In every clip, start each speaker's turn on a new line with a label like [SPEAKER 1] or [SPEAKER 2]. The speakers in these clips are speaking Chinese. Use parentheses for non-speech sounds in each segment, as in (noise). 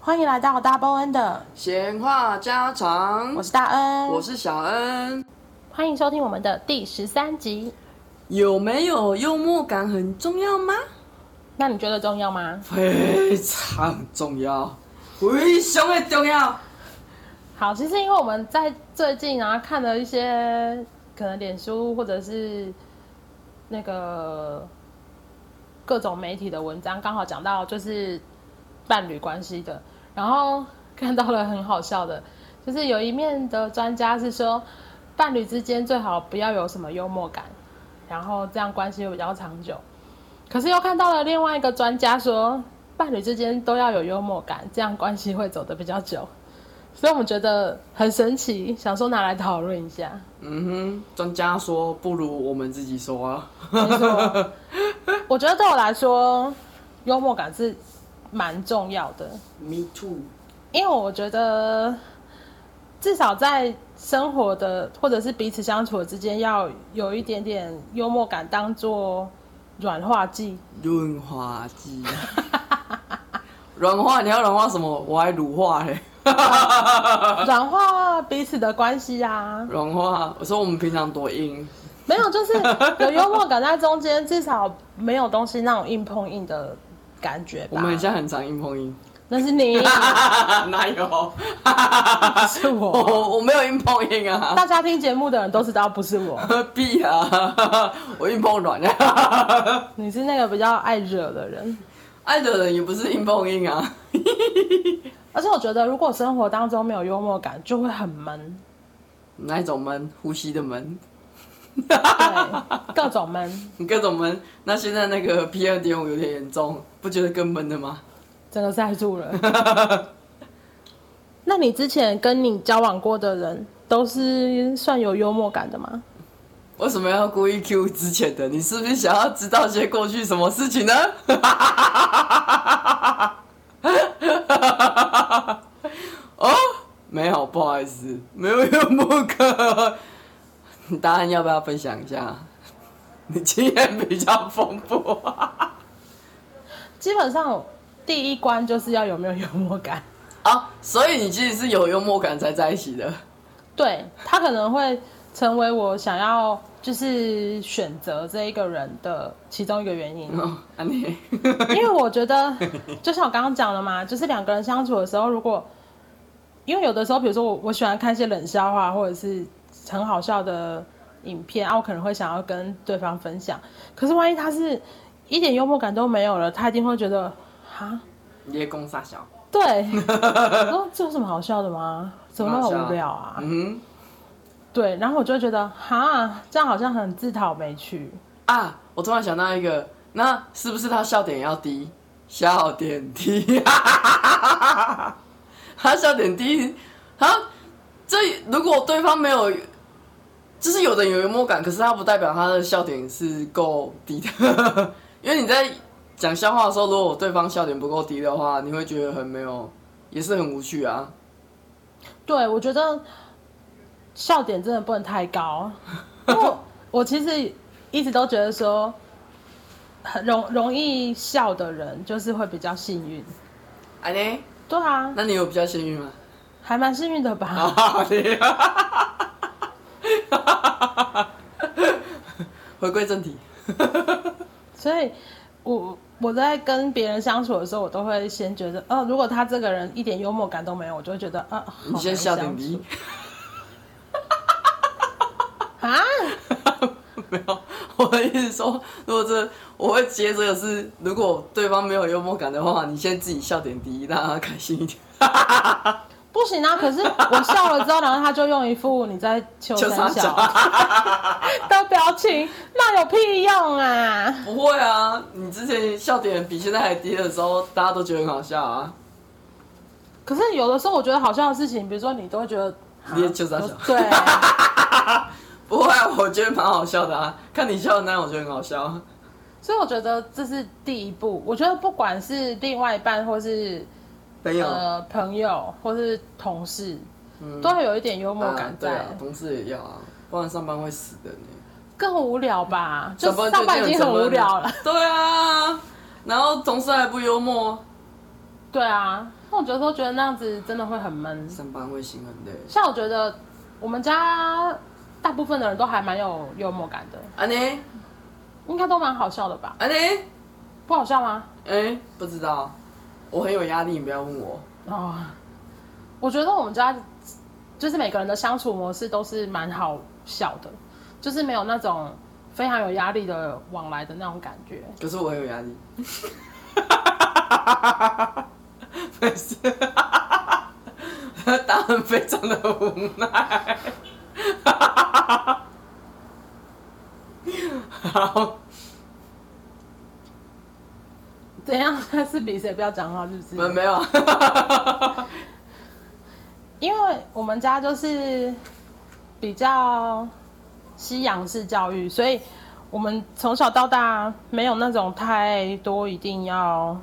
[SPEAKER 1] 欢迎来到大波恩的，
[SPEAKER 2] 闲话家常，
[SPEAKER 1] 我是大恩，
[SPEAKER 2] 我是小恩。
[SPEAKER 1] 欢迎收听我们的第十三集。
[SPEAKER 2] 有没有幽默感很重要吗？
[SPEAKER 1] 那你觉得重要吗？
[SPEAKER 2] 非常重要，非常的重要。
[SPEAKER 1] 好，其实因为我们在最近啊看了一些可能脸书或者是那个各种媒体的文章，刚好讲到就是伴侣关系的，然后看到了很好笑的，就是有一面的专家是说，伴侣之间最好不要有什么幽默感，然后这样关系会比较长久。可是又看到了另外一个专家说，伴侣之间都要有幽默感，这样关系会走得比较久。所以我们觉得很神奇，想说拿来讨论一下。
[SPEAKER 2] 嗯哼，专家说不如我们自己说啊。
[SPEAKER 1] 没错我觉得对我来说，幽默感是蛮重要的，
[SPEAKER 2] Me too。
[SPEAKER 1] 因为我觉得至少在生活的或者是彼此相处的之间，要有一点点幽默感当做软化剂。
[SPEAKER 2] 润滑剂，软化你要软化什么？我还乳化嘞。啊
[SPEAKER 1] 软化彼此的关系啊，
[SPEAKER 2] 软化，我说我们平常多硬，
[SPEAKER 1] 没有，就是有幽默感在中间，至少没有东西那种硬碰硬的感觉吧。
[SPEAKER 2] 我们很像很常硬碰硬。
[SPEAKER 1] 那是你，
[SPEAKER 2] (laughs) 哪有？
[SPEAKER 1] 是啊我。
[SPEAKER 2] (laughs) 我我没有硬碰硬啊。
[SPEAKER 1] 大家听节目的人都知道不是 (laughs) 我，
[SPEAKER 2] (laughs) 必啊！ (laughs) 我硬碰软啊！
[SPEAKER 1] 你是那个比较爱惹的人。
[SPEAKER 2] (laughs) 爱的人也不是硬碰硬啊。
[SPEAKER 1] 而且我觉得，如果生活当中没有幽默感，就会很 (laughs) 闷，
[SPEAKER 2] 哪一种闷？呼吸的闷，
[SPEAKER 1] 对，各种闷，
[SPEAKER 2] 你各种闷。那现在那个 P 二点五有点严重，不觉得更闷了吗？
[SPEAKER 1] 整个塞住了。 (laughs) 那你之前跟你交往过的人，都是算有幽默感的吗？
[SPEAKER 2] 为什么要故意 Q 之前的？你是不是想要知道些过去什么事情呢？ (laughs) 哦，没有，不好意思，没有幽默感。你答案要不要分享一下？你经验比较丰富。 (laughs)
[SPEAKER 1] 基本上第一关就是要有没有幽默感。
[SPEAKER 2] 啊，所以你其实是有幽默感才在一起的。
[SPEAKER 1] 对他可能会成为我想要就是选择这一个人的其中一个原因，
[SPEAKER 2] 哦，安妮，
[SPEAKER 1] 因为我觉得就像我刚刚讲的嘛，就是两个人相处的时候，如果因为有的时候，比如说我我喜欢看一些冷笑话或者是很好笑的影片啊，我可能会想要跟对方分享，可是万一他是一点幽默感都没有了，他一定会觉得啊，
[SPEAKER 2] 叶公傻小。啊
[SPEAKER 1] 对， (laughs) 说这有什么好笑的吗？怎么那么无聊啊？
[SPEAKER 2] 嗯
[SPEAKER 1] 对，然后我就会觉得哈，这样好像很自讨没趣。
[SPEAKER 2] 啊，我突然想到一个，那是不是他笑点也要低？笑点低， (laughs) 他笑点低，他这如果对方没有，就是有的人有幽默感，可是他不代表他的笑点是够低的， (laughs) 因为你在讲笑话的时候，如果对方笑点不够低的话，你会觉得很没有，也是很无趣啊。
[SPEAKER 1] 对，我觉得笑点真的不能太
[SPEAKER 2] (laughs)
[SPEAKER 1] 高，因为我我其实一直都觉得说，很容容易笑的人就是会比较幸运。
[SPEAKER 2] 安妮，
[SPEAKER 1] 对啊，
[SPEAKER 2] 那你有比较幸运吗？
[SPEAKER 1] 还蛮幸运的
[SPEAKER 2] 啊
[SPEAKER 1] 吧？
[SPEAKER 2] (laughs) 回归正题，
[SPEAKER 1] 所以我我在跟别人相处的时候，我都会先觉得，哦、如果他这个人一点幽默感都没有，我就会觉得，啊、好
[SPEAKER 2] 你先
[SPEAKER 1] 难
[SPEAKER 2] 笑
[SPEAKER 1] 相
[SPEAKER 2] 点低
[SPEAKER 1] 处啊。
[SPEAKER 2] 没有，我的意思说，如果这我会接这个是，如果对方没有幽默感的话，你先自己笑点低，让他开心一点。
[SPEAKER 1] 不行
[SPEAKER 2] (laughs)
[SPEAKER 1] 啊！可是我笑了之后，然后他就用一副你在求
[SPEAKER 2] 就
[SPEAKER 1] 三
[SPEAKER 2] 傻
[SPEAKER 1] 小 (laughs) 的表情，那有屁用啊！
[SPEAKER 2] (laughs) 不会啊，你之前笑点比现在还低的时候，大家都觉得很好笑啊。
[SPEAKER 1] 可是有的时候我觉得好笑的事情，比如说你都会觉得
[SPEAKER 2] 你也就傻小
[SPEAKER 1] 啊对，
[SPEAKER 2] 不会啊，我觉得蛮好笑的啊。看你笑的那样，我觉得很好笑啊。
[SPEAKER 1] 所以我觉得这是第一步。我觉得不管是另外一半，或是
[SPEAKER 2] 朋友，
[SPEAKER 1] 呃朋友，或是同事，
[SPEAKER 2] 嗯
[SPEAKER 1] 都会有一点幽默
[SPEAKER 2] 啊
[SPEAKER 1] 感，
[SPEAKER 2] 对
[SPEAKER 1] 在，
[SPEAKER 2] 啊，同事也要啊，不然上班会死的呢。
[SPEAKER 1] 更无聊吧？就
[SPEAKER 2] 班
[SPEAKER 1] 上班已
[SPEAKER 2] 这
[SPEAKER 1] 经
[SPEAKER 2] 样
[SPEAKER 1] 很无
[SPEAKER 2] (laughs)
[SPEAKER 1] 聊了，。
[SPEAKER 2] 对啊，然后同事还不幽默，
[SPEAKER 1] 对啊，那我觉得都觉得那样子真的会很闷。
[SPEAKER 2] 上班会心很累。
[SPEAKER 1] 像我觉得我们家大部分的人都还蛮有幽默感的，
[SPEAKER 2] 安妮，
[SPEAKER 1] 应该都蛮好笑的吧？
[SPEAKER 2] 安妮，
[SPEAKER 1] 不好笑吗？
[SPEAKER 2] 哎，不知道，我很有压力，你不要问我。
[SPEAKER 1] 哦，我觉得我们家就是每个人的相处模式都是蛮好笑的，就是没有那种非常有压力的往来的那种感觉。
[SPEAKER 2] 可是我很有压力。 (laughs) 没事，答案非常的无奈。 (laughs) 好，
[SPEAKER 1] 怎样？但是比谁不要讲话，是不
[SPEAKER 2] 没
[SPEAKER 1] 是？
[SPEAKER 2] 没有，
[SPEAKER 1] 因为我们家就是比较西洋式教育，所以我们从小到大没有那种太多一定要，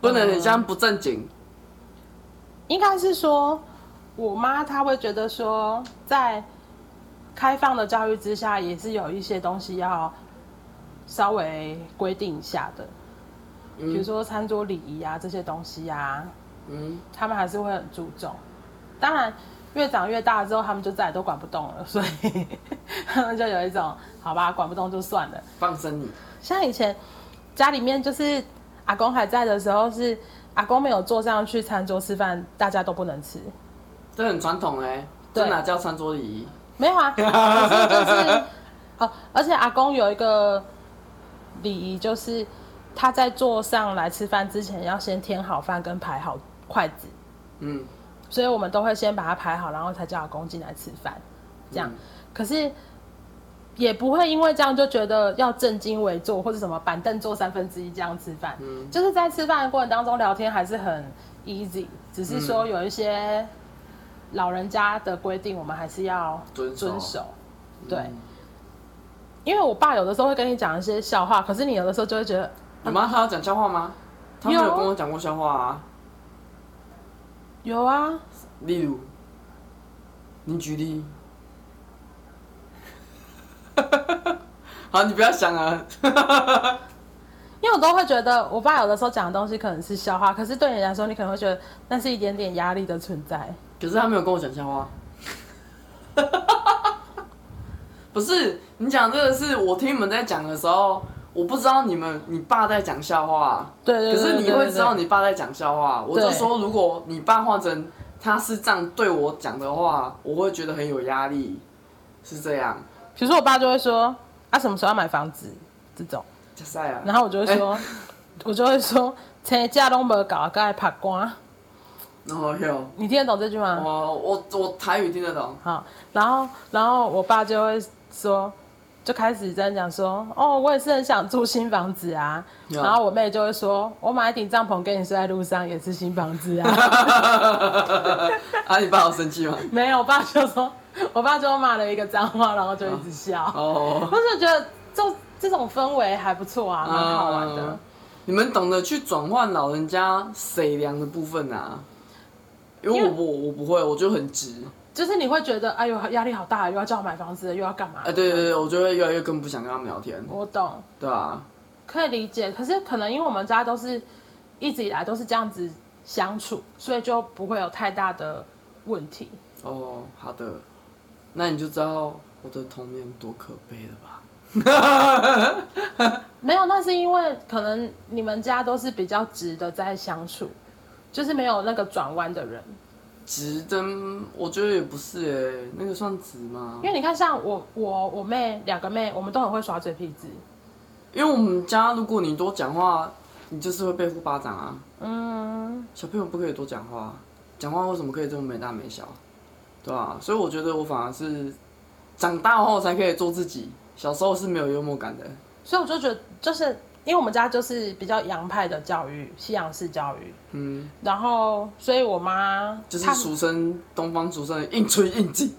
[SPEAKER 2] 不能很像不正经。
[SPEAKER 1] 应该是说，我妈她会觉得说，在开放的教育之下，也是有一些东西要稍微规定一下的，比如
[SPEAKER 2] 嗯
[SPEAKER 1] 说餐桌礼仪啊这些东西啊，
[SPEAKER 2] 嗯，
[SPEAKER 1] 他们还是会很注重。当然，越长越大之后，他们就再也都管不动了，所以 (laughs) 他们就有一种好吧，管不动就算了。
[SPEAKER 2] 放生你。
[SPEAKER 1] 像以前家里面就是阿公还在的时候是，阿公没有坐上去餐桌吃饭，大家都不能吃。
[SPEAKER 2] 这很传统哎、欸，
[SPEAKER 1] 对
[SPEAKER 2] 这哪叫餐桌礼仪？
[SPEAKER 1] 没有啊，可是就是哦，而且阿公有一个礼仪，就是他在坐上来吃饭之前要先添好饭跟排好筷子。
[SPEAKER 2] 嗯，
[SPEAKER 1] 所以我们都会先把它排好，然后才叫阿公进来吃饭，这样。
[SPEAKER 2] 嗯
[SPEAKER 1] 可是也不会因为这样就觉得要正襟危坐或者什么板凳坐三分之一这样吃饭，
[SPEAKER 2] 嗯
[SPEAKER 1] 就是在吃饭的过程当中聊天还是很 easy，只是说有一些老人家的规定，我们还是要
[SPEAKER 2] 遵守嗯
[SPEAKER 1] 遵守，对。因为我爸有的时候会跟你讲一些笑话，可是你有的时候就会觉得
[SPEAKER 2] 你妈她要讲笑话吗？她没有
[SPEAKER 1] 有
[SPEAKER 2] 跟我讲过笑话啊。
[SPEAKER 1] 有啊，
[SPEAKER 2] 例如，你举例。 (laughs) 好，你不要想啊。 (laughs)
[SPEAKER 1] 因为我都会觉得，我爸有的时候讲的东西可能是笑话，可是对你来说，你可能会觉得那是一点点压力的存在。
[SPEAKER 2] 可是她没有跟我讲笑话。 (laughs) 不是，你讲这个是我听你们在讲的时候，我不知道你们你爸在讲笑话。啊
[SPEAKER 1] 对对
[SPEAKER 2] 可
[SPEAKER 1] 对
[SPEAKER 2] 是你会知道
[SPEAKER 1] 你
[SPEAKER 2] 你爸在讲笑话，我就
[SPEAKER 1] 对
[SPEAKER 2] 说如果你爸换成他是这样对我讲的话，我会觉得很有压力，是这样。
[SPEAKER 1] 比如说我爸就会说啊，什么时候要买房子这种，
[SPEAKER 2] 加塞啊，
[SPEAKER 1] 然后我就会说，我就会说，车架都没搞，刚才爬光，
[SPEAKER 2] 然后有
[SPEAKER 1] 你听得懂这句吗？
[SPEAKER 2] 我我我台语听
[SPEAKER 1] (laughs)
[SPEAKER 2] 得懂，
[SPEAKER 1] 好，然后然后我爸就会说，就开始在讲说，哦，我也是很想住新房子啊。
[SPEAKER 2] 嗯
[SPEAKER 1] 然后我妹就会说，我买一顶帐篷给你睡在路上，也是新房子啊。
[SPEAKER 2] (laughs) 啊，你爸好生气吗？
[SPEAKER 1] 没有，我爸就说， (laughs) 我爸就骂了一个脏话，然后就一直笑。
[SPEAKER 2] 哦
[SPEAKER 1] 我，就觉得这这种氛围还不错啊， (laughs) 蛮好玩的。
[SPEAKER 2] 嗯你们懂得去转换老人家水凉的部分啊，因为
[SPEAKER 1] 因为
[SPEAKER 2] 我不我不会，我就很直。
[SPEAKER 1] 就是你会觉得，哎呦，压力好大，又要叫我买房子，又要干嘛？
[SPEAKER 2] 哎、对对对，我就会越来越更不想跟他们聊天，
[SPEAKER 1] 我懂，
[SPEAKER 2] 对啊，
[SPEAKER 1] 可以理解。可是可能因为我们家都是一直以来都是这样子相处，所以就不会有太大的问题。
[SPEAKER 2] 哦，好的，那你就知道我的童年多可悲了吧？
[SPEAKER 1] 没有，那是因为可能你们家都是比较直的在相处，就是没有那个转弯的人。
[SPEAKER 2] 直灯，我觉得也不是哎、那个算直吗
[SPEAKER 1] 因？为你看，像我、我、我妹两个妹，我们都很会耍嘴皮子。
[SPEAKER 2] 因为我们家如果你多讲话，你就是会被呼巴掌啊。
[SPEAKER 1] 嗯，
[SPEAKER 2] 小朋友不可以多讲话，讲话为什么可以这么没大没小？对啊，所以我觉得我反而是长大后才可以做自己，小时候是没有幽默感的。
[SPEAKER 1] 所以我就觉得，就是因为我们家就是比较洋派的教育，西洋式教育，
[SPEAKER 2] 嗯，
[SPEAKER 1] 然后所以我妈
[SPEAKER 2] 就是
[SPEAKER 1] 她
[SPEAKER 2] 俗称东方俗称的硬吹硬挤。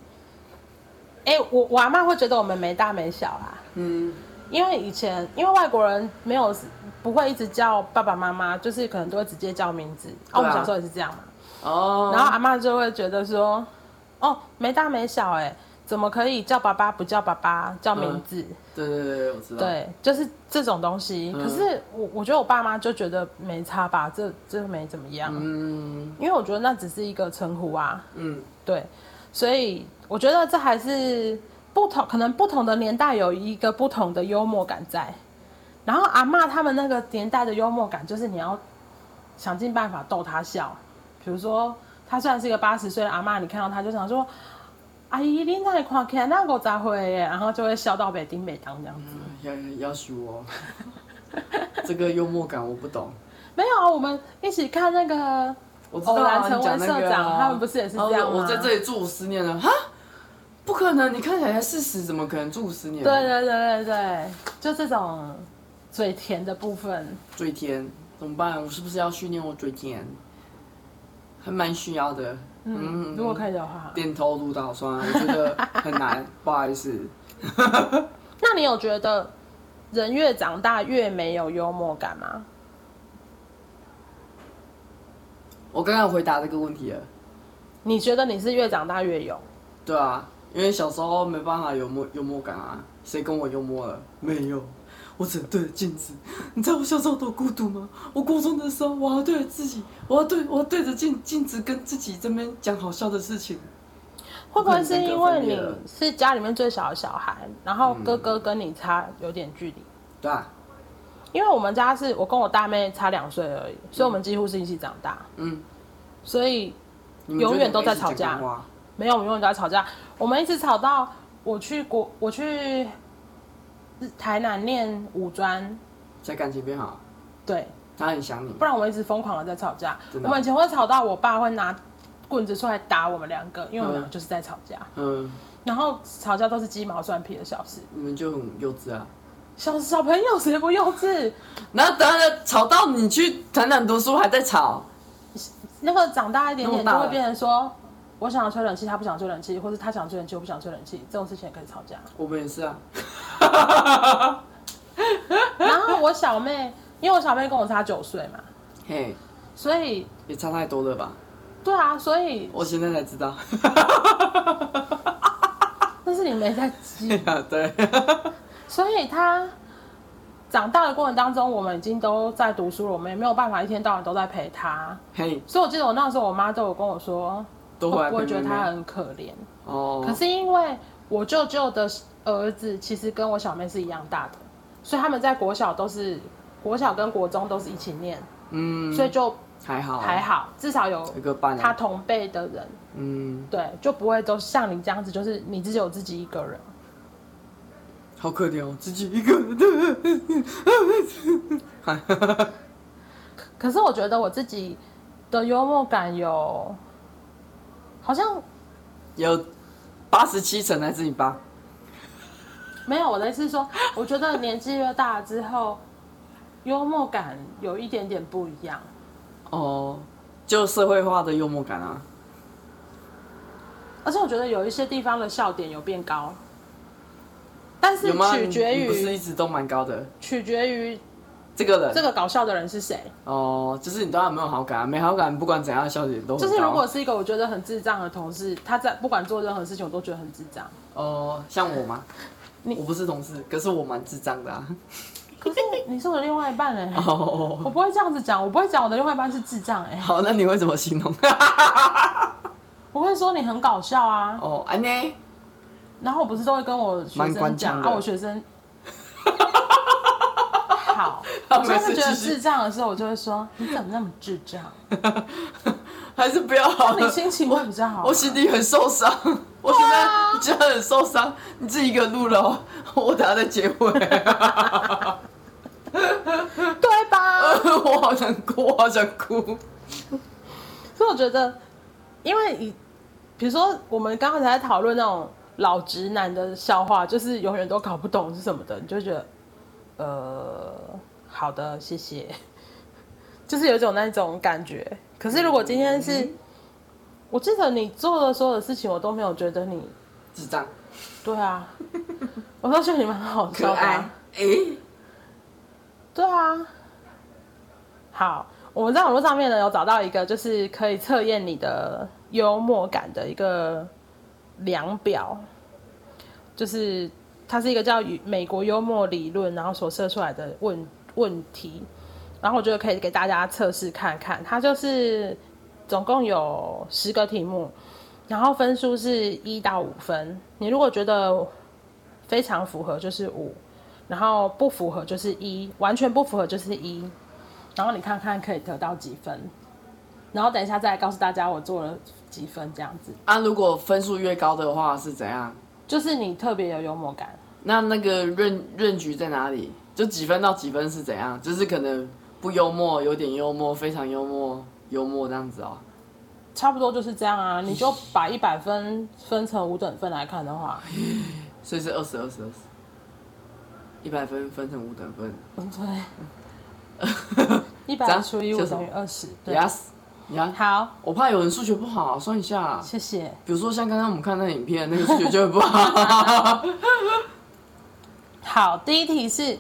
[SPEAKER 1] 哎、我我阿妈会觉得我们没大没小啦，
[SPEAKER 2] 嗯，
[SPEAKER 1] 因为以前因为外国人没有不会一直叫爸爸妈妈，就是可能都会直接叫名字，啊，我们
[SPEAKER 2] 对啊
[SPEAKER 1] 小时候也是这样嘛，
[SPEAKER 2] 哦，
[SPEAKER 1] 然后阿妈就会觉得说，哦，没大没小、哎，怎怎么可以叫爸爸不叫爸爸，叫名字？
[SPEAKER 2] 对对对，我知道。，
[SPEAKER 1] 对，就是这种东西。
[SPEAKER 2] 嗯
[SPEAKER 1] 可是我我觉得我爸妈就觉得没差吧，这这没怎么样，
[SPEAKER 2] 嗯
[SPEAKER 1] 因为我觉得那只是一个称呼啊。
[SPEAKER 2] 嗯，
[SPEAKER 1] 对，所以我觉得这还是不同，可能不同的年代有一个不同的幽默感在。然后阿嬷他们那个年代的幽默感，就是你要想尽办法逗她笑。比如说，她虽然是一个八十岁的阿嬷，你看到她就想说：“阿姨，你那里看起来那个咋会耶？”然后就会笑到北丁北当这样子。
[SPEAKER 2] 要嗯要许
[SPEAKER 1] (laughs)
[SPEAKER 2] 我，这个幽默感我不懂。
[SPEAKER 1] 没有啊，我们一起看那个
[SPEAKER 2] 我知道
[SPEAKER 1] 偶然
[SPEAKER 2] 啊，
[SPEAKER 1] 成
[SPEAKER 2] 你讲
[SPEAKER 1] 为
[SPEAKER 2] 那
[SPEAKER 1] 社
[SPEAKER 2] 个
[SPEAKER 1] 长，
[SPEAKER 2] 啊
[SPEAKER 1] 他们不是也是这样
[SPEAKER 2] 然
[SPEAKER 1] 吗？
[SPEAKER 2] 后我在这里住五十年了，哈，不可能！你看起来才四十，怎么可能住五十年？
[SPEAKER 1] 对对对对对，就这种嘴甜的部分。
[SPEAKER 2] 嘴甜怎么办？我是不是要训练我嘴甜？还蛮需要的。
[SPEAKER 1] 嗯，如果可以的话，
[SPEAKER 2] 点头如捣蒜，我觉得很难， (laughs) 不好意思。
[SPEAKER 1] 那你有觉得人越长大越没有幽默感吗？
[SPEAKER 2] 我刚刚有回答这个问题了，
[SPEAKER 1] 你觉得你是越长大越有？
[SPEAKER 2] 对啊，因为小时候没办法幽默幽默感啊，谁跟我幽默了？没有，我只能对着镜子。你知道我小时候多孤独吗？我高中的时候，我还要对着自己，我要对我要对着镜镜子跟自己这边讲好笑的事情。
[SPEAKER 1] 会不会是因为
[SPEAKER 2] 我可能人格分裂了
[SPEAKER 1] 你是家里面最小的小孩，然后哥哥跟你差有点距离？
[SPEAKER 2] 对啊，
[SPEAKER 1] 因为我们家是我跟我大妹差两岁而已，所以我们几乎是一起长大，
[SPEAKER 2] 嗯，
[SPEAKER 1] 所以
[SPEAKER 2] 你们就
[SPEAKER 1] 永远都在
[SPEAKER 2] 一直讲
[SPEAKER 1] 吵架
[SPEAKER 2] 干话
[SPEAKER 1] 没有我们永远都在吵架。我们一直吵到我去国，我去台南念五专，
[SPEAKER 2] 才感情变好。
[SPEAKER 1] 对，
[SPEAKER 2] 他很想你
[SPEAKER 1] 不，然我们一直疯狂的在吵架。
[SPEAKER 2] 真的啊
[SPEAKER 1] 我们以前会吵到我爸会拿棍子出来打我们两个，因为我们
[SPEAKER 2] 嗯
[SPEAKER 1] 两个就是在吵架，
[SPEAKER 2] 嗯，
[SPEAKER 1] 然后吵架都是鸡毛蒜皮的小事。
[SPEAKER 2] 你们就很幼稚啊。
[SPEAKER 1] 小小朋友谁不幼稚？
[SPEAKER 2] 然后等等吵到你去台南读书还在吵，
[SPEAKER 1] 那个长大一点点
[SPEAKER 2] 那么大
[SPEAKER 1] 就
[SPEAKER 2] 了
[SPEAKER 1] 会变成说，我想要吹冷气，他不想吹冷气，或是他想吹冷气，我不想吹冷气，这种事情也可以吵架。
[SPEAKER 2] 我们也是啊。
[SPEAKER 1] 然后我小妹，因为我小妹跟我差九岁嘛，
[SPEAKER 2] 嘿，
[SPEAKER 1] 所以
[SPEAKER 2] 也差太多了吧？
[SPEAKER 1] 对啊，所以
[SPEAKER 2] 我现在才知道。 (laughs)
[SPEAKER 1] 但是你没在
[SPEAKER 2] 对
[SPEAKER 1] 记，
[SPEAKER 2] 啊，对，
[SPEAKER 1] 所以她长大的过程当中，我们已经都在读书了，我们也没有办法一天到晚都在陪她。
[SPEAKER 2] 嘿，
[SPEAKER 1] 所以我记得我那时候我妈都有跟我说，
[SPEAKER 2] 都
[SPEAKER 1] 会
[SPEAKER 2] 啊回来
[SPEAKER 1] 不会
[SPEAKER 2] 陪妹
[SPEAKER 1] 觉得
[SPEAKER 2] 妹
[SPEAKER 1] 她很可怜？
[SPEAKER 2] 哦，
[SPEAKER 1] 可是因为我舅舅的儿子其实跟我小妹是一样大的，所以他们在国小都是国小跟国中都是一起念，
[SPEAKER 2] 嗯，哦
[SPEAKER 1] 所以就
[SPEAKER 2] 还好，啊
[SPEAKER 1] 还，好，至少有
[SPEAKER 2] 一个半啊
[SPEAKER 1] 他同辈的人，
[SPEAKER 2] 嗯，
[SPEAKER 1] 对，就不会都像你这样子，就是你自己有自己一个人。
[SPEAKER 2] 好可怜哦，自己一个人。
[SPEAKER 1] 可是我觉得我自己的幽默感有，好像
[SPEAKER 2] (laughs) 有八十七层还是你八？
[SPEAKER 1] 没有，我的意思是说， (gasps) 我觉得年纪越大之后，幽默感有一点点不一样。
[SPEAKER 2] 哦，就社会化的幽默感啊。
[SPEAKER 1] 而且我觉得有一些地方的笑点有变高，但是
[SPEAKER 2] 有吗？
[SPEAKER 1] 取决
[SPEAKER 2] 你你不是一
[SPEAKER 1] 于
[SPEAKER 2] 直都蛮高的。
[SPEAKER 1] 取决于
[SPEAKER 2] 这个人
[SPEAKER 1] 这个搞笑的人是谁。
[SPEAKER 2] 哦，就是你对他有没有好感啊、没好感，不管怎样，笑点都很
[SPEAKER 1] 就是
[SPEAKER 2] 高
[SPEAKER 1] 如果是一个我觉得很智障的同事，他在不管做任何事情，我都觉得很智障。
[SPEAKER 2] 哦，像我吗？
[SPEAKER 1] 你
[SPEAKER 2] 我不是同事，可是我蛮智障的啊。
[SPEAKER 1] 可是你是我的另外一半哎、
[SPEAKER 2] 哦，
[SPEAKER 1] 我不会这样子讲，我不会讲我的另外一半是智障哎、
[SPEAKER 2] (laughs) 好，那你会怎么形容？ (laughs)
[SPEAKER 1] 我会说你很搞笑啊。
[SPEAKER 2] 哦，安妮，
[SPEAKER 1] 然后我不是都会跟我学
[SPEAKER 2] 蛮
[SPEAKER 1] 生
[SPEAKER 2] 官
[SPEAKER 1] 讲
[SPEAKER 2] 腔
[SPEAKER 1] 啊，
[SPEAKER 2] 的
[SPEAKER 1] 我学生。好，
[SPEAKER 2] (laughs) 好
[SPEAKER 1] 我真的
[SPEAKER 2] 没事
[SPEAKER 1] 觉得
[SPEAKER 2] 继续
[SPEAKER 1] 智障的时候，我就会说你怎么那么智障？
[SPEAKER 2] (laughs) 还是不要好
[SPEAKER 1] 你
[SPEAKER 2] 了。
[SPEAKER 1] 心情会比较好啊。
[SPEAKER 2] 我心里很受伤，我现在真的很受伤。你自己一个人录了 (laughs) 哦，我等下再结婚，
[SPEAKER 1] 对
[SPEAKER 2] (laughs)
[SPEAKER 1] 吧？
[SPEAKER 2] (laughs) 我好想哭，我好想哭。
[SPEAKER 1] 所以我觉得，因为以比如说我们刚刚才在讨论那种老直男的笑话，就是永远都搞不懂是什么的，你就觉得，呃，好的，谢谢， (laughs) 就是有一种那种感觉。可是如果今天是，
[SPEAKER 2] 嗯
[SPEAKER 1] 我记得你做的所有的事情，我都没有觉得你，
[SPEAKER 2] 智障，
[SPEAKER 1] 对啊，我都觉得你蛮好
[SPEAKER 2] 可
[SPEAKER 1] 笑的
[SPEAKER 2] 爱
[SPEAKER 1] 啊、，
[SPEAKER 2] 诶，
[SPEAKER 1] 对啊。好，我们在网络上面呢有找到一个就是可以测验你的幽默感的一个量表，就是它是一个叫与美国幽默理论，然后所设出来的问问题，然后我觉得可以给大家测试看看，它就是总共有十个题目，然后分数是一到五分，你如果觉得非常符合就是五，然后不符合就是一，完全不符合就是一，然后你看看可以得到几分，然后等一下再来告诉大家我做了几分这样子，
[SPEAKER 2] 啊，如果分数越高的话是怎样？
[SPEAKER 1] 就是你特别有幽默感。
[SPEAKER 2] 那那个润润局在哪里？就几分到几分是怎样？就是可能不幽默，有点幽默，非常幽默，幽默这样子哦。
[SPEAKER 1] 差不多就是这样啊，你就把一百分分成五等份来看的话，
[SPEAKER 2] 所以是二十二十二十，一百分分成五等分。
[SPEAKER 1] 嗯对，一百除以五等于二十，对，
[SPEAKER 2] Yes，你看，
[SPEAKER 1] 好，
[SPEAKER 2] 我怕有人数学不好，算一下。
[SPEAKER 1] 谢谢。
[SPEAKER 2] 比如说像刚刚我们看那个影片，那个数学就很
[SPEAKER 1] (laughs)
[SPEAKER 2] 不好。
[SPEAKER 1] 好，第一题是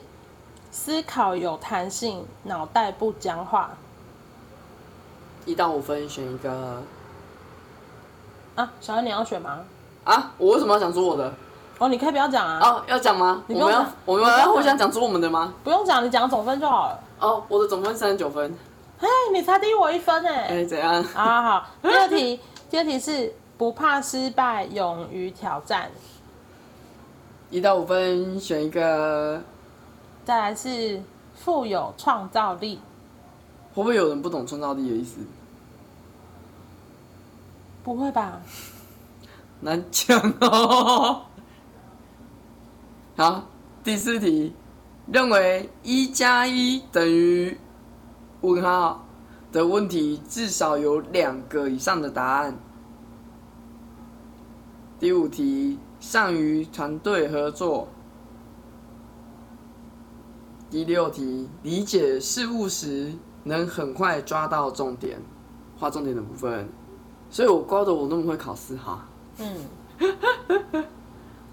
[SPEAKER 1] 思考有弹性，脑袋不僵化
[SPEAKER 2] 一到五分选一个
[SPEAKER 1] 啊。小恩，你要选吗？
[SPEAKER 2] 啊！我为什么要讲出我的？
[SPEAKER 1] 哦，你可以不要讲啊，
[SPEAKER 2] 哦，要讲吗？
[SPEAKER 1] 你
[SPEAKER 2] 我
[SPEAKER 1] 不用
[SPEAKER 2] 们要
[SPEAKER 1] 讲
[SPEAKER 2] 我们
[SPEAKER 1] 你不用
[SPEAKER 2] 要
[SPEAKER 1] 讲
[SPEAKER 2] 互相讲出我们的吗？
[SPEAKER 1] 不用讲，你讲总分就好了。
[SPEAKER 2] 哦，我的总分三十九分。
[SPEAKER 1] 哎，你才低我一分哎、
[SPEAKER 2] 哎，怎样？
[SPEAKER 1] 啊， (laughs) 好，第二题，第二题是不怕失败，勇于挑战。
[SPEAKER 2] 一到五分选一个，
[SPEAKER 1] 再来是富有创造力。
[SPEAKER 2] 会不会有人不懂创造力的意思？
[SPEAKER 1] 不会吧？
[SPEAKER 2] 难讲哦。好，第四题，认为一加一等于问号的问题至少有两个以上的答案。第五题，善于团队合作。第六题，理解事物时能很快抓到重点，画重点的部分。所以我怪不得我那么会考试哈。
[SPEAKER 1] 嗯，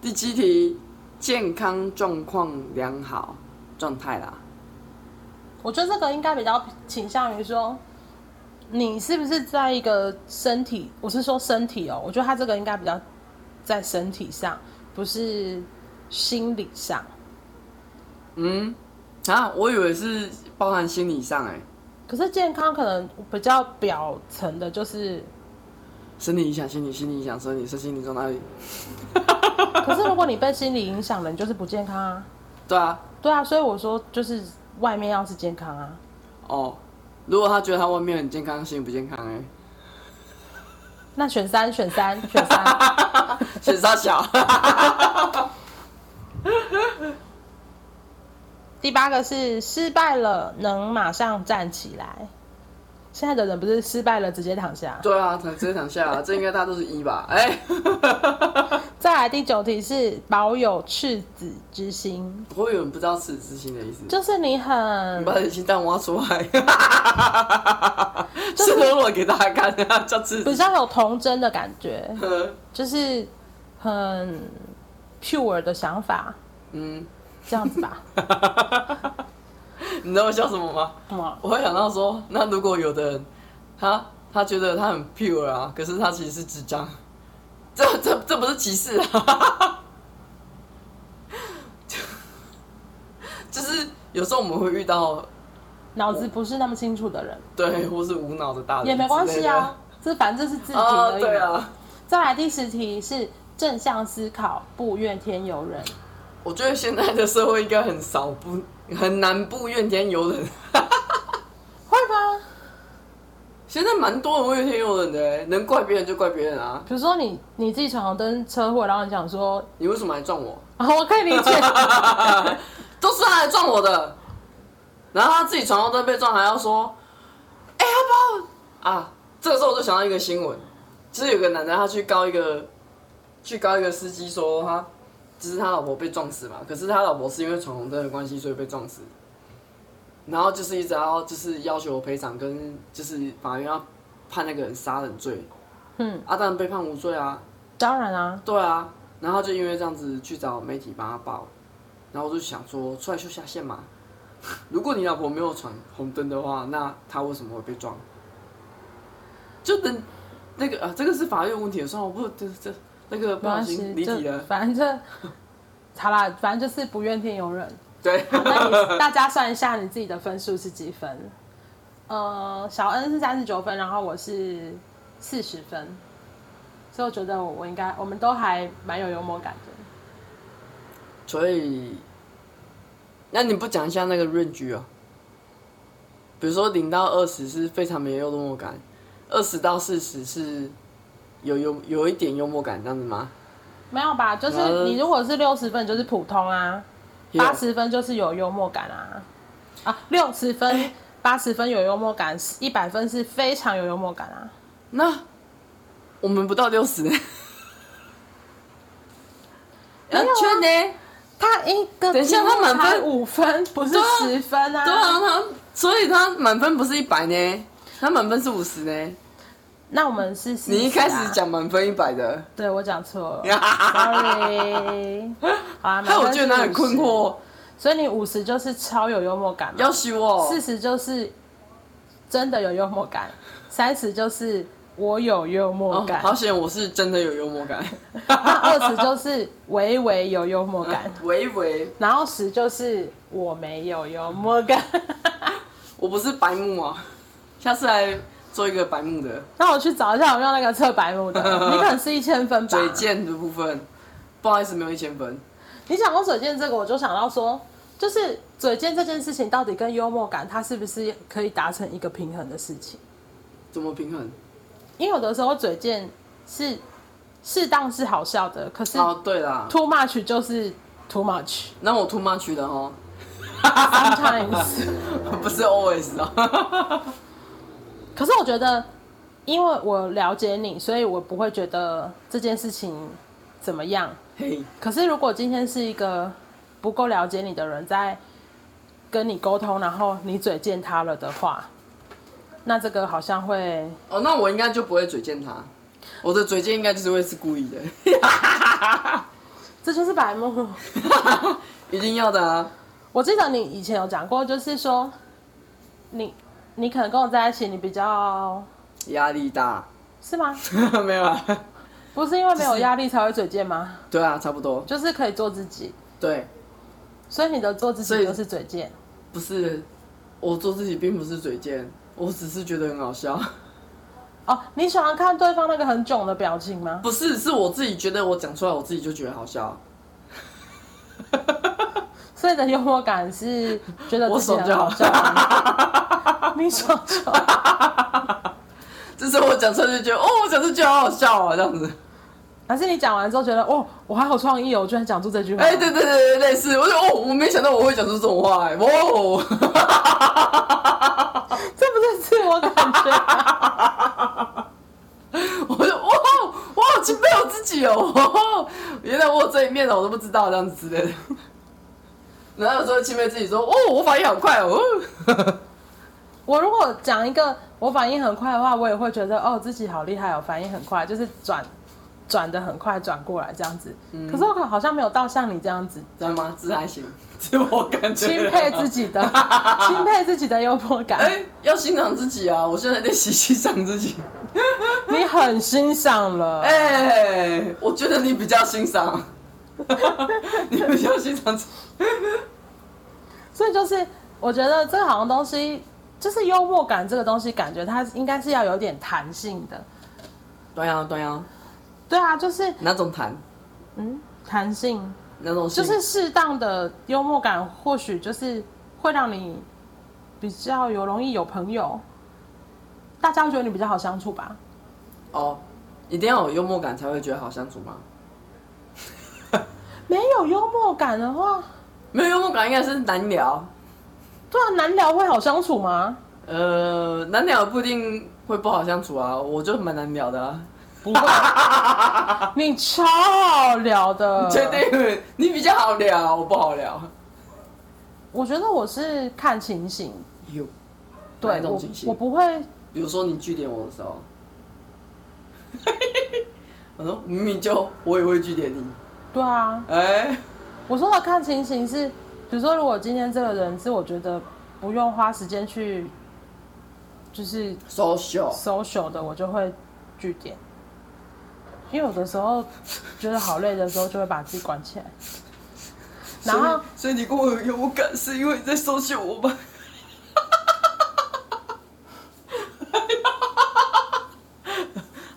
[SPEAKER 2] 第七题，健康状况良好状态啦。
[SPEAKER 1] 我觉得这个应该比较倾向于说，你是不是在一个身体，我是说身体哦，我觉得他这个应该比较在身体上，不是心理上。
[SPEAKER 2] 嗯，啊，我以为是包含心理上哎、
[SPEAKER 1] 可是健康可能比较表层的，就是，
[SPEAKER 2] 生理影响心理，心理影响生理，身心灵状态。
[SPEAKER 1] (laughs) 可是如果你被心理影响了，你就是不健康啊。
[SPEAKER 2] 对啊，
[SPEAKER 1] 对啊，所以我说就是外面要是健康啊，
[SPEAKER 2] 哦，如果他觉得他外面很健康，心理不健康 (laughs) 哎、
[SPEAKER 1] 那选三选三选三，
[SPEAKER 2] 欸，选他小。 (laughs)
[SPEAKER 1] 第八个是失败了能马上站起来。现在的人不是失败了直接躺下，
[SPEAKER 2] 对啊，躺直接躺下啦，这应该大家都是一吧？哎、
[SPEAKER 1] 再来第九题是保有赤子之心，
[SPEAKER 2] 不会有人不知道赤子之心的意思。
[SPEAKER 1] 就是你
[SPEAKER 2] 你
[SPEAKER 1] 很
[SPEAKER 2] 把你的心蛋挖出来， (laughs) 赤裸裸给大家看，叫赤
[SPEAKER 1] 比
[SPEAKER 2] 子。
[SPEAKER 1] 较有童真的感觉，就是很 pure 的想法，
[SPEAKER 2] (laughs) 嗯，
[SPEAKER 1] 这样子吧。
[SPEAKER 2] 你知道我笑什么吗？
[SPEAKER 1] 嗯，
[SPEAKER 2] 我会想到说，那如果有的人，他他觉得他很 pure 啊，可是他其实是智障，这这这不是歧视啊， (laughs) 就是有时候我们会遇到
[SPEAKER 1] 脑子不是那么清楚的人
[SPEAKER 2] 对或是无脑的大人
[SPEAKER 1] 也没关系啊，这反正是自
[SPEAKER 2] 之
[SPEAKER 1] 己
[SPEAKER 2] 类的，啊
[SPEAKER 1] 而已
[SPEAKER 2] 对
[SPEAKER 1] 嘛。
[SPEAKER 2] 啊，
[SPEAKER 1] 再来第十题是正向思考，不怨天尤人。
[SPEAKER 2] 我觉得现在的社会应该很少不很难不怨天尤人， (laughs)
[SPEAKER 1] 会吗？
[SPEAKER 2] 现在蛮多人会怨天尤人的、欸能怪别人就怪别人啊，
[SPEAKER 1] 比如说你你自己闯红灯车祸，然后你想说
[SPEAKER 2] 你为什么来撞我？
[SPEAKER 1] 啊，我可以理
[SPEAKER 2] (laughs)
[SPEAKER 1] 解，
[SPEAKER 2] 都是他来撞我的。然后他自己闯红灯被撞，还要说：“哎、要不要啊？”这个时候我就想到一个新闻，就是有个男的他去告一个，去告一个司机说他，就是他老婆被撞死嘛。可是他老婆是因为闯红灯的关系，所以被撞死。然后就是一直要就是要求赔偿，跟就是法院要判那个人杀人罪。
[SPEAKER 1] 嗯，
[SPEAKER 2] 啊，当然被判无罪啊。
[SPEAKER 1] 当然啊，
[SPEAKER 2] 对啊，然后就因为这样子去找媒体帮他报，然后我就想说出来秀下限嘛。 (laughs) 如果你老婆没有闯红灯的话，那她为什么会被呃撞？就等那个啊，这个是法律问题，算了，我不这这那个不
[SPEAKER 1] 没
[SPEAKER 2] 小
[SPEAKER 1] 关
[SPEAKER 2] 心
[SPEAKER 1] 系，
[SPEAKER 2] 离题
[SPEAKER 1] 就
[SPEAKER 2] 了。
[SPEAKER 1] 反正这，好啦，反正就是不怨天尤人。
[SPEAKER 2] 对， (laughs)
[SPEAKER 1] 那你大家算一下你自己的分数是几分？呃，小恩是三十九分，然后我是四十分，所以我觉得我应该，我们都还蛮有幽默感的。
[SPEAKER 2] 所以，那你不讲一下那个 range 啊？比如说零到二十是非常没有幽默感，二十到四十是有有有一点幽默感这样子吗？
[SPEAKER 1] 没有吧？就是
[SPEAKER 2] 呃
[SPEAKER 1] 你如果是六十分，就是普通啊；
[SPEAKER 2] 也有
[SPEAKER 1] 八十分就是有幽默感啊。啊，六十
[SPEAKER 2] 哎
[SPEAKER 1] 分、八十分有幽默感，一百分是非常有幽默感啊。
[SPEAKER 2] 那我们不到六十，
[SPEAKER 1] 啊
[SPEAKER 2] 完全呢？
[SPEAKER 1] 他一个
[SPEAKER 2] 等一下
[SPEAKER 1] 题目
[SPEAKER 2] 他满分
[SPEAKER 1] 才五分，不是
[SPEAKER 2] 对啊
[SPEAKER 1] 十分
[SPEAKER 2] 对啊，他所以他满分不是一百呢，他满分是五十呢。
[SPEAKER 1] 那我们是、啊
[SPEAKER 2] 你一开始，讲满分一百的，
[SPEAKER 1] 对我讲错了
[SPEAKER 2] (laughs)
[SPEAKER 1] ，sorry。好啊，
[SPEAKER 2] 害我觉得他
[SPEAKER 1] 他
[SPEAKER 2] 很困惑，
[SPEAKER 1] 所以你五十就是超有幽默感嘛，
[SPEAKER 2] 要修哦。
[SPEAKER 1] 四十就是真的有幽默感，三十就是我有幽默
[SPEAKER 2] 哦
[SPEAKER 1] 感，
[SPEAKER 2] 好险，我是真的有幽默感。
[SPEAKER 1] 那二十就是微微有幽默感，
[SPEAKER 2] 微微，
[SPEAKER 1] 然后十就是我没有幽默感。
[SPEAKER 2] 我不是白目啊，下次来做一个白目的
[SPEAKER 1] 那我去找一下有没有那个测白目的，你可能是一千分吧。
[SPEAKER 2] 嘴贱的部分。不好意思，没有一千分。
[SPEAKER 1] 你讲到嘴贱这个，我就想到说，就是嘴贱这件事情到底跟幽默感，它是不是可以达成一个平衡的事情？
[SPEAKER 2] 怎么平衡？
[SPEAKER 1] 因为有的时候嘴贱是适当是好笑的，可是
[SPEAKER 2] 哦，对啦，
[SPEAKER 1] too much 就是 too much 。
[SPEAKER 2] 那我 too much 的哦，
[SPEAKER 1] Sometimes，
[SPEAKER 2] (laughs) 不是 always 哦。
[SPEAKER 1] 可是我觉得，因为我了解你，所以我不会觉得这件事情怎么样。
[SPEAKER 2] 嘿，
[SPEAKER 1] 可是如果今天是一个不够了解你的人在跟你沟通，然后你嘴贱他了的话，那这个好像会
[SPEAKER 2] 哦，那我应该就不会嘴贱他，我的嘴贱应该就是会是故意的，
[SPEAKER 1] 这就是白目。 (laughs)
[SPEAKER 2] 一定要的啊。
[SPEAKER 1] 我记得你以前有讲过，就是说你你可能跟我在一起，你比较
[SPEAKER 2] 压力大， (laughs)
[SPEAKER 1] 是吗？
[SPEAKER 2] 没有啊？
[SPEAKER 1] 不是因为没有压力才会嘴贱吗？
[SPEAKER 2] 对啊，差不多。
[SPEAKER 1] 就是可以做自己，
[SPEAKER 2] 对，
[SPEAKER 1] 所以你的做自
[SPEAKER 2] 所以
[SPEAKER 1] 己就是嘴贱。
[SPEAKER 2] 不是我做自己，并不是嘴贱，我只是觉得很好笑。
[SPEAKER 1] 哦，你喜欢看对方那个很囧的表情吗？
[SPEAKER 2] 不是，是我自己觉得我讲出来，我自己就觉得好笑。
[SPEAKER 1] 所以你的幽默感是觉得
[SPEAKER 2] 我
[SPEAKER 1] 自己
[SPEAKER 2] 爽就
[SPEAKER 1] 很好
[SPEAKER 2] 好
[SPEAKER 1] 笑吗， (laughs) 你爽就好。
[SPEAKER 2] 这是我讲出来就觉得，哦，我讲出去好好笑啊，这样子。
[SPEAKER 1] 还是你讲完之后觉得，哦，我还有创意哦，我居然讲出这句话。
[SPEAKER 2] 哎、对对对对，类似，我就哦，我没想到我会讲出这种话、哎，哇哦，
[SPEAKER 1] 这不是自我感觉
[SPEAKER 2] (laughs)
[SPEAKER 1] 吗，
[SPEAKER 2] 我就哇哦哇，好钦佩我自己哦，哇哦原来我有这一面的，哦我都不知道这样子之类的。然后有时候钦佩自己说，哦，我反应好快哦，哦 (laughs)
[SPEAKER 1] 我如果讲一个我反应很快的话，我也会觉得，哦，自己好厉害哦，反应很快，就是转转的很快，转过来这样子。
[SPEAKER 2] 嗯
[SPEAKER 1] 可是我好像没有到像你这样
[SPEAKER 2] (laughs)
[SPEAKER 1] 子
[SPEAKER 2] 知道吗？这还行，自我感觉
[SPEAKER 1] 钦佩自己的，钦佩自己的幽默
[SPEAKER 2] 哎、
[SPEAKER 1] 感，
[SPEAKER 2] 要欣赏自己啊！我现在在洗欣赏自己。
[SPEAKER 1] 你很欣赏了。
[SPEAKER 2] 哎、我觉得你比较欣赏， (laughs) 你比较欣赏自己。
[SPEAKER 1] 所以就是我觉得这个好像东西，就是幽默感这个东西，感觉它应该是要有点弹性的。
[SPEAKER 2] 对啊，对啊，
[SPEAKER 1] 对啊，就是
[SPEAKER 2] 哪种弹，
[SPEAKER 1] 嗯，弹性
[SPEAKER 2] 哪种性
[SPEAKER 1] 就是适当的幽默感，或许就是会让你比较有容易有朋友，大家会觉得你比较好相处吧。
[SPEAKER 2] 哦，一定要有幽默感才会觉得好相处吗？
[SPEAKER 1] 没有幽默感的话，
[SPEAKER 2] 没有幽默感应该是难聊，
[SPEAKER 1] 对啊，难聊会好相处
[SPEAKER 2] (laughs)
[SPEAKER 1] 吗？
[SPEAKER 2] 呃，难聊不一定会不好相处啊，我就蛮难聊的啊。
[SPEAKER 1] 不会，你超好聊的，
[SPEAKER 2] 确、定你比较好聊，我不好聊。
[SPEAKER 1] 我觉得我是看情形，
[SPEAKER 2] 有，哪
[SPEAKER 1] 对
[SPEAKER 2] 一种
[SPEAKER 1] 我
[SPEAKER 2] 情形
[SPEAKER 1] 我不会
[SPEAKER 2] 比如说你据点我的时候， (laughs) 我说明明就我也会据点你，
[SPEAKER 1] 对啊，
[SPEAKER 2] 哎、
[SPEAKER 1] 我说的看情形是，比如说，如果今天这个人是我觉得不用花时间去就是
[SPEAKER 2] social，
[SPEAKER 1] social 的，我就会据点。因为有的时候觉得好累的时候，就会把自己关起来。
[SPEAKER 2] 所以
[SPEAKER 1] 然后
[SPEAKER 2] 所以你跟我有幽默感，是因为你在收信我吧？ (laughs)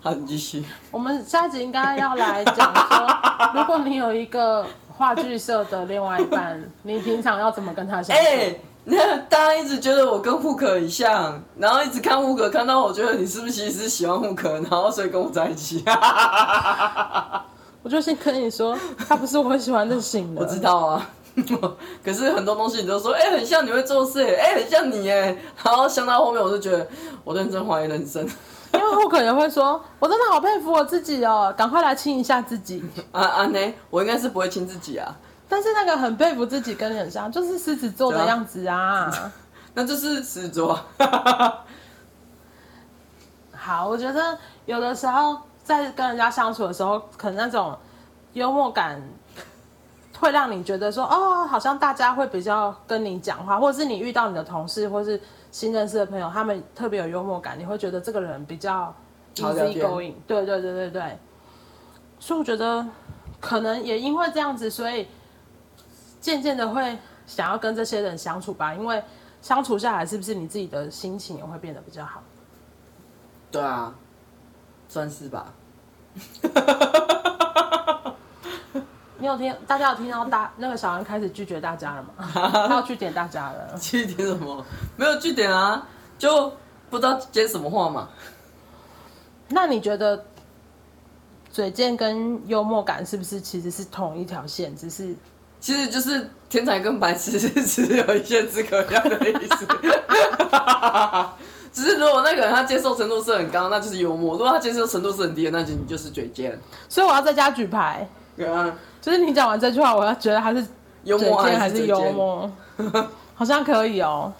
[SPEAKER 2] 好，你继续。
[SPEAKER 1] 我们下一集应该要来讲说，如果你有一个话剧社的另外一半，你平常要怎么跟他相
[SPEAKER 2] 哎、
[SPEAKER 1] 处？
[SPEAKER 2] 你看大家一直觉得我跟户可很像，然后一直看户可，看到我觉得你是不是其实是喜欢户可，然后所以跟我在一起。啊
[SPEAKER 1] 我就先跟你说，他不是我喜欢的型的。
[SPEAKER 2] 我知道啊， (laughs) 可是很多东西你都说，哎、很像你会做事、哎、很像你哎，然后想到后面我就觉得我认真怀疑人生。
[SPEAKER 1] 因为我可能会说，我真的好佩服我自己哦，赶快来亲一下自己。
[SPEAKER 2] 啊啊呢，我应该是不会亲自己啊，
[SPEAKER 1] 但是那个很佩服自己跟你很像，就是狮子座的样子啊。
[SPEAKER 2] 那就是狮子座啊。
[SPEAKER 1] 好，我觉得有的时候在跟人家相处的时候，可能那种幽默感会让你觉得说，哦，好像大家会比较跟你讲话，或者是你遇到你的同事或是新认识的朋友，他们特别有幽默感，你会觉得这个人比较
[SPEAKER 2] 好聊
[SPEAKER 1] easy
[SPEAKER 2] 天
[SPEAKER 1] going。对对对对对，所以我觉得可能也因为这样子，所以渐渐的会想要跟这些人相处吧，因为相处下来，是不是你自己的心情也会变得比较好？
[SPEAKER 2] 对啊，算是吧。 (laughs)
[SPEAKER 1] 你有听大家有听到大那个小安开始拒绝大家了吗？
[SPEAKER 2] (laughs)
[SPEAKER 1] 他要去点大家了。
[SPEAKER 2] 据点什么？没有据点啊，就不知道接什么话嘛。
[SPEAKER 1] 那你觉得嘴贱跟幽默感是不是其实是同一条线？只是
[SPEAKER 2] 其实就是天才跟白痴是只有一线之隔一样的意
[SPEAKER 1] (laughs)
[SPEAKER 2] 思。只是如果那个人他接受程度是很高，那就是幽默；如果他接受程度是很低的，那就你就是嘴贱。
[SPEAKER 1] 所以我要在家举牌，
[SPEAKER 2] 对啊，
[SPEAKER 1] 就是你讲完这句话，我要觉得他是
[SPEAKER 2] 幽
[SPEAKER 1] 嘴
[SPEAKER 2] 默
[SPEAKER 1] 贱还
[SPEAKER 2] 是
[SPEAKER 1] 是
[SPEAKER 2] 嘴
[SPEAKER 1] 幽
[SPEAKER 2] 贱？
[SPEAKER 1] 默， (laughs) 好像可以哦。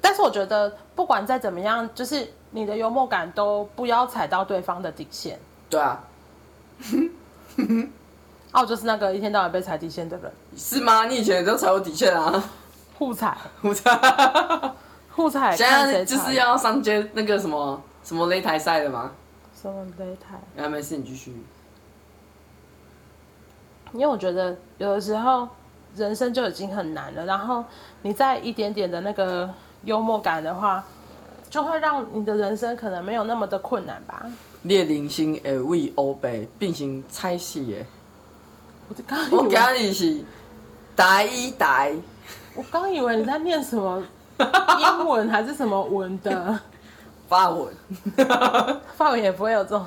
[SPEAKER 1] 但是我觉得不管再怎么样，就是你的幽默感都不要踩到对方的底线。
[SPEAKER 2] 对啊，
[SPEAKER 1] 哦，我就是那个一天到晚被踩底线的人，
[SPEAKER 2] 是吗？你以前也都踩我底线
[SPEAKER 1] (laughs)
[SPEAKER 2] 啊，
[SPEAKER 1] 互踩
[SPEAKER 2] 我操！
[SPEAKER 1] 互踩，
[SPEAKER 2] 现
[SPEAKER 1] 看谁
[SPEAKER 2] 在就是
[SPEAKER 1] 踩
[SPEAKER 2] 要上街那个什么什么擂台赛了吗？
[SPEAKER 1] 什么擂台。
[SPEAKER 2] 啊，没事，你继续。
[SPEAKER 1] 因为我觉得有的时候人生就已经很难了，然后你再一点点的那个幽默感的话，就会让你的人生可能没有那么的困难吧。
[SPEAKER 2] 列宁星诶为欧北并行猜戏诶，
[SPEAKER 1] 我刚以
[SPEAKER 2] 我
[SPEAKER 1] 为
[SPEAKER 2] 今日是大一大一
[SPEAKER 1] 我刚以为你在念什么英文还是什么文的，
[SPEAKER 2] 发文， (laughs)
[SPEAKER 1] 法文也不会有这种。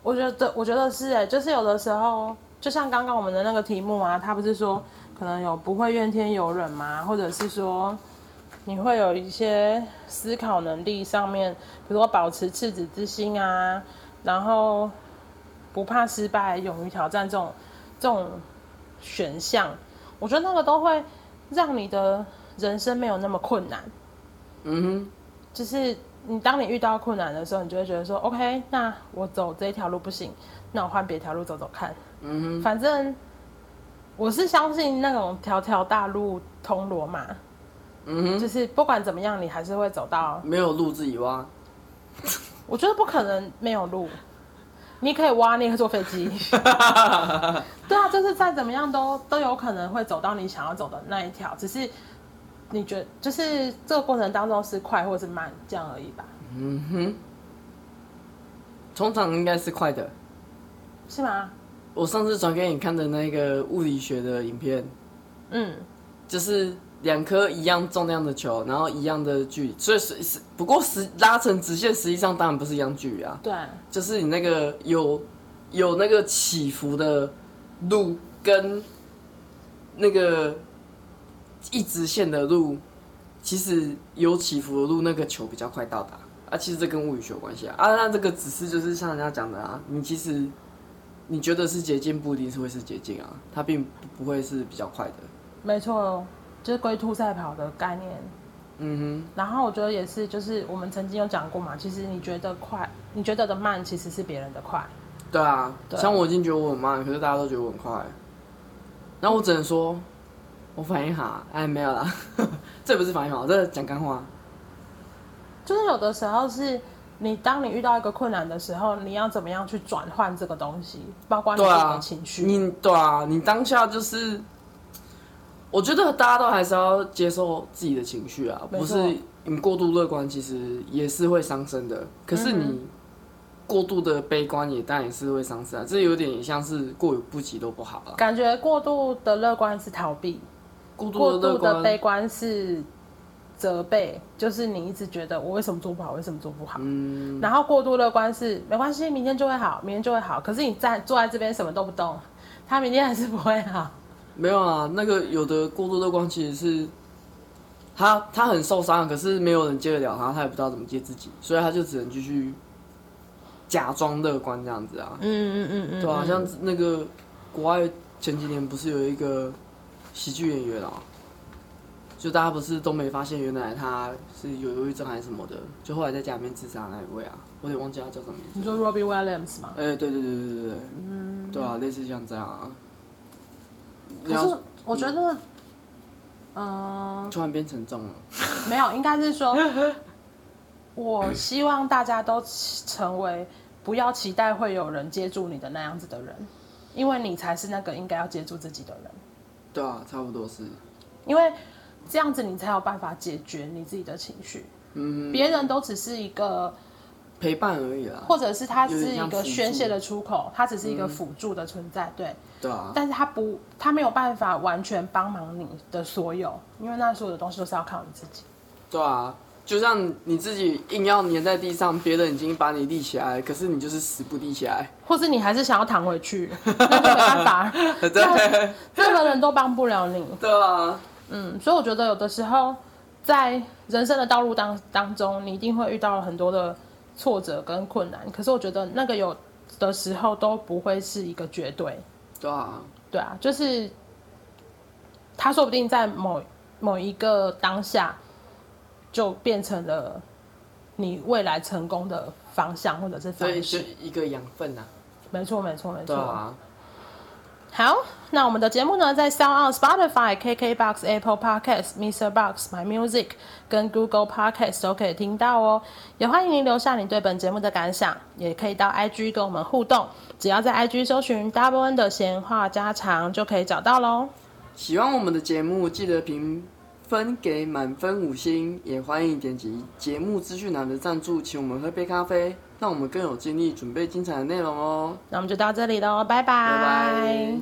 [SPEAKER 1] (laughs) 我觉得，我觉得是哎、就是有的时候，就像刚刚我们的那个题目啊，他不是说可能有不会怨天尤人嘛，或者是说你会有一些思考能力上面，比如说保持赤子之心啊，然后不怕失败、勇于挑战这种这种选项，我觉得那个都会让你的人生没有那么困难。
[SPEAKER 2] 嗯哼，
[SPEAKER 1] 就是你当你遇到困难的时候，你就会觉得说，OK，那我走这一条路不行，那我换别条路走走看。
[SPEAKER 2] 嗯
[SPEAKER 1] 反正我是相信那种条条大路通罗马，
[SPEAKER 2] 哼，嗯
[SPEAKER 1] 就
[SPEAKER 2] 哼，
[SPEAKER 1] 是不管怎么样，你还是会走到。
[SPEAKER 2] 没有路自己挖，
[SPEAKER 1] 我觉得不可能没有路，你可以挖，你也可以坐飞
[SPEAKER 2] (laughs)
[SPEAKER 1] 机。对啊，就是再怎么样都都有可能会走到你想要走的那一条，只是你觉就是这个过程当中是快或是慢这样而已吧？
[SPEAKER 2] 嗯哼，通常应该是快的。
[SPEAKER 1] 是吗？
[SPEAKER 2] 我上次传给你看的那个物理学的影片，
[SPEAKER 1] 嗯。
[SPEAKER 2] 就是两颗一样重量的球，然后一样的距离，所以是是不过实拉成直线，实际上当然不是一样距离啊，
[SPEAKER 1] 对，
[SPEAKER 2] 就是你那个有有那个起伏的路跟那个一直线的路，其实有起伏的路，那个球比较快到达啊。其实这跟物理学有关系啊。啊，那这个只是就是像人家讲的啊，你其实你觉得是捷径，不一定是会是捷径啊，它并不会是比较快的。
[SPEAKER 1] 没错，就是龟兔赛跑的概念。
[SPEAKER 2] 嗯
[SPEAKER 1] 然后我觉得也是，就是我们曾经有讲过嘛，其实你觉得快，你觉得的慢，其实是别人的快。
[SPEAKER 2] 哼，对啊，
[SPEAKER 1] 对
[SPEAKER 2] 像我已经觉得我很慢，可是大家都觉得我很快，然后我只能说，我反应好，哎，没有 (laughs) 啦，这不是反应好，这是讲干话。
[SPEAKER 1] 就是有的时候是你当你遇到一个困难的时候，你要怎么样去转换这个东西，包括你
[SPEAKER 2] 对
[SPEAKER 1] 自己的
[SPEAKER 2] 啊，
[SPEAKER 1] 情绪。
[SPEAKER 2] 你对啊，你当下就是，我觉得大家都还是要接受自己的情绪啊，
[SPEAKER 1] 没
[SPEAKER 2] 不
[SPEAKER 1] 错
[SPEAKER 2] 是你过度乐观，其实也是会伤身的。可是
[SPEAKER 1] 嗯
[SPEAKER 2] 你过度的悲观也当然也是会伤身啊，这有点像是过犹不及都不好了。
[SPEAKER 1] 感觉过度的乐观是逃避，
[SPEAKER 2] 过
[SPEAKER 1] 过
[SPEAKER 2] 度
[SPEAKER 1] 度的
[SPEAKER 2] 的乐观，
[SPEAKER 1] 悲观是责备，就是你一直觉得我为什么做不好，为什么做不好。
[SPEAKER 2] 嗯，
[SPEAKER 1] 然后过度乐观是没关系，明天就会好，明天就会好。可是你在坐在这边什么都不动，他明天还是不会好。
[SPEAKER 2] 没有啊，那个有的过度乐观其实是。他他很受伤，可是没有人接得了他，他也不知道怎么接自己，所以他就只能继续假装乐观这样子啊。
[SPEAKER 1] 嗯嗯嗯嗯，
[SPEAKER 2] 对啊，
[SPEAKER 1] 嗯
[SPEAKER 2] 像那个国外前几年不是有一个喜剧演员啊，就大家不是都没发现原来他是有忧郁症还是什么的，就后来在家里面自杀那一位啊，我有点忘记他叫什么名字。
[SPEAKER 1] 你说 Robbie Williams 吗？
[SPEAKER 2] 哎、对对对对对对，嗯，对啊，类似像这样啊。
[SPEAKER 1] 可
[SPEAKER 2] 然
[SPEAKER 1] 是
[SPEAKER 2] 后
[SPEAKER 1] 我觉得，嗯、
[SPEAKER 2] 突然变沉重了，
[SPEAKER 1] 没有，应该是说，我希望大家都成为不要期待会有人接住你的那样子的人，因为你才是那个应该要接住自己的人，
[SPEAKER 2] 对啊，差不多是，
[SPEAKER 1] 因为这样子你才有办法解决你自己的情绪。
[SPEAKER 2] 嗯，
[SPEAKER 1] 别人都只是一个，
[SPEAKER 2] 陪伴而已啦，
[SPEAKER 1] 或者是它
[SPEAKER 2] 有
[SPEAKER 1] 是
[SPEAKER 2] 点像
[SPEAKER 1] 一个
[SPEAKER 2] 辅助嗯
[SPEAKER 1] 宣泄的出口，它只是一个辅助的存在，对。
[SPEAKER 2] 对啊，
[SPEAKER 1] 但是它不，它没有办法完全帮忙你的所有，因为那所有的东西都是要靠你自己。
[SPEAKER 2] 对啊，就像你自己硬要粘在地上，别人已经把你立起来了，可是你就是死不立起来， (laughs)
[SPEAKER 1] 或是你还是想要躺回去， (laughs) 那就没办法，
[SPEAKER 2] 对。啊
[SPEAKER 1] 任何人都帮不了你。
[SPEAKER 2] 对啊，
[SPEAKER 1] 嗯，所以我觉得有的时候在人生的道路当当中，你一定会遇到很多的挫折跟困难。可是我觉得那个有的时候都不会是一个绝对，
[SPEAKER 2] 对啊，
[SPEAKER 1] 对啊，就是他说不定在某某一个当下就变成了你未来成功的方向或者是
[SPEAKER 2] 所以
[SPEAKER 1] 方
[SPEAKER 2] 就
[SPEAKER 1] 式。
[SPEAKER 2] 一个养分啊。
[SPEAKER 1] 没错，没错，没错。
[SPEAKER 2] 对啊，
[SPEAKER 1] 好，那我们的节目呢，在 Sound on Spotify、KKBox、Apple Podcast、Mr. Box、My Music 跟 Google Podcast 都可以听到哦。也欢迎您留下你对本节目的感想，也可以到 IG 跟我们互动。只要在 IG 搜寻 Double N 的闲话家常，就可以找到喽。
[SPEAKER 2] 喜欢我们的节目，记得评分给满分五星，也欢迎点击节目资讯栏的赞助，请我们喝杯咖啡，让我们更有精力准备精彩的内容哦。
[SPEAKER 1] 那我们就到这里喽，
[SPEAKER 2] 拜拜。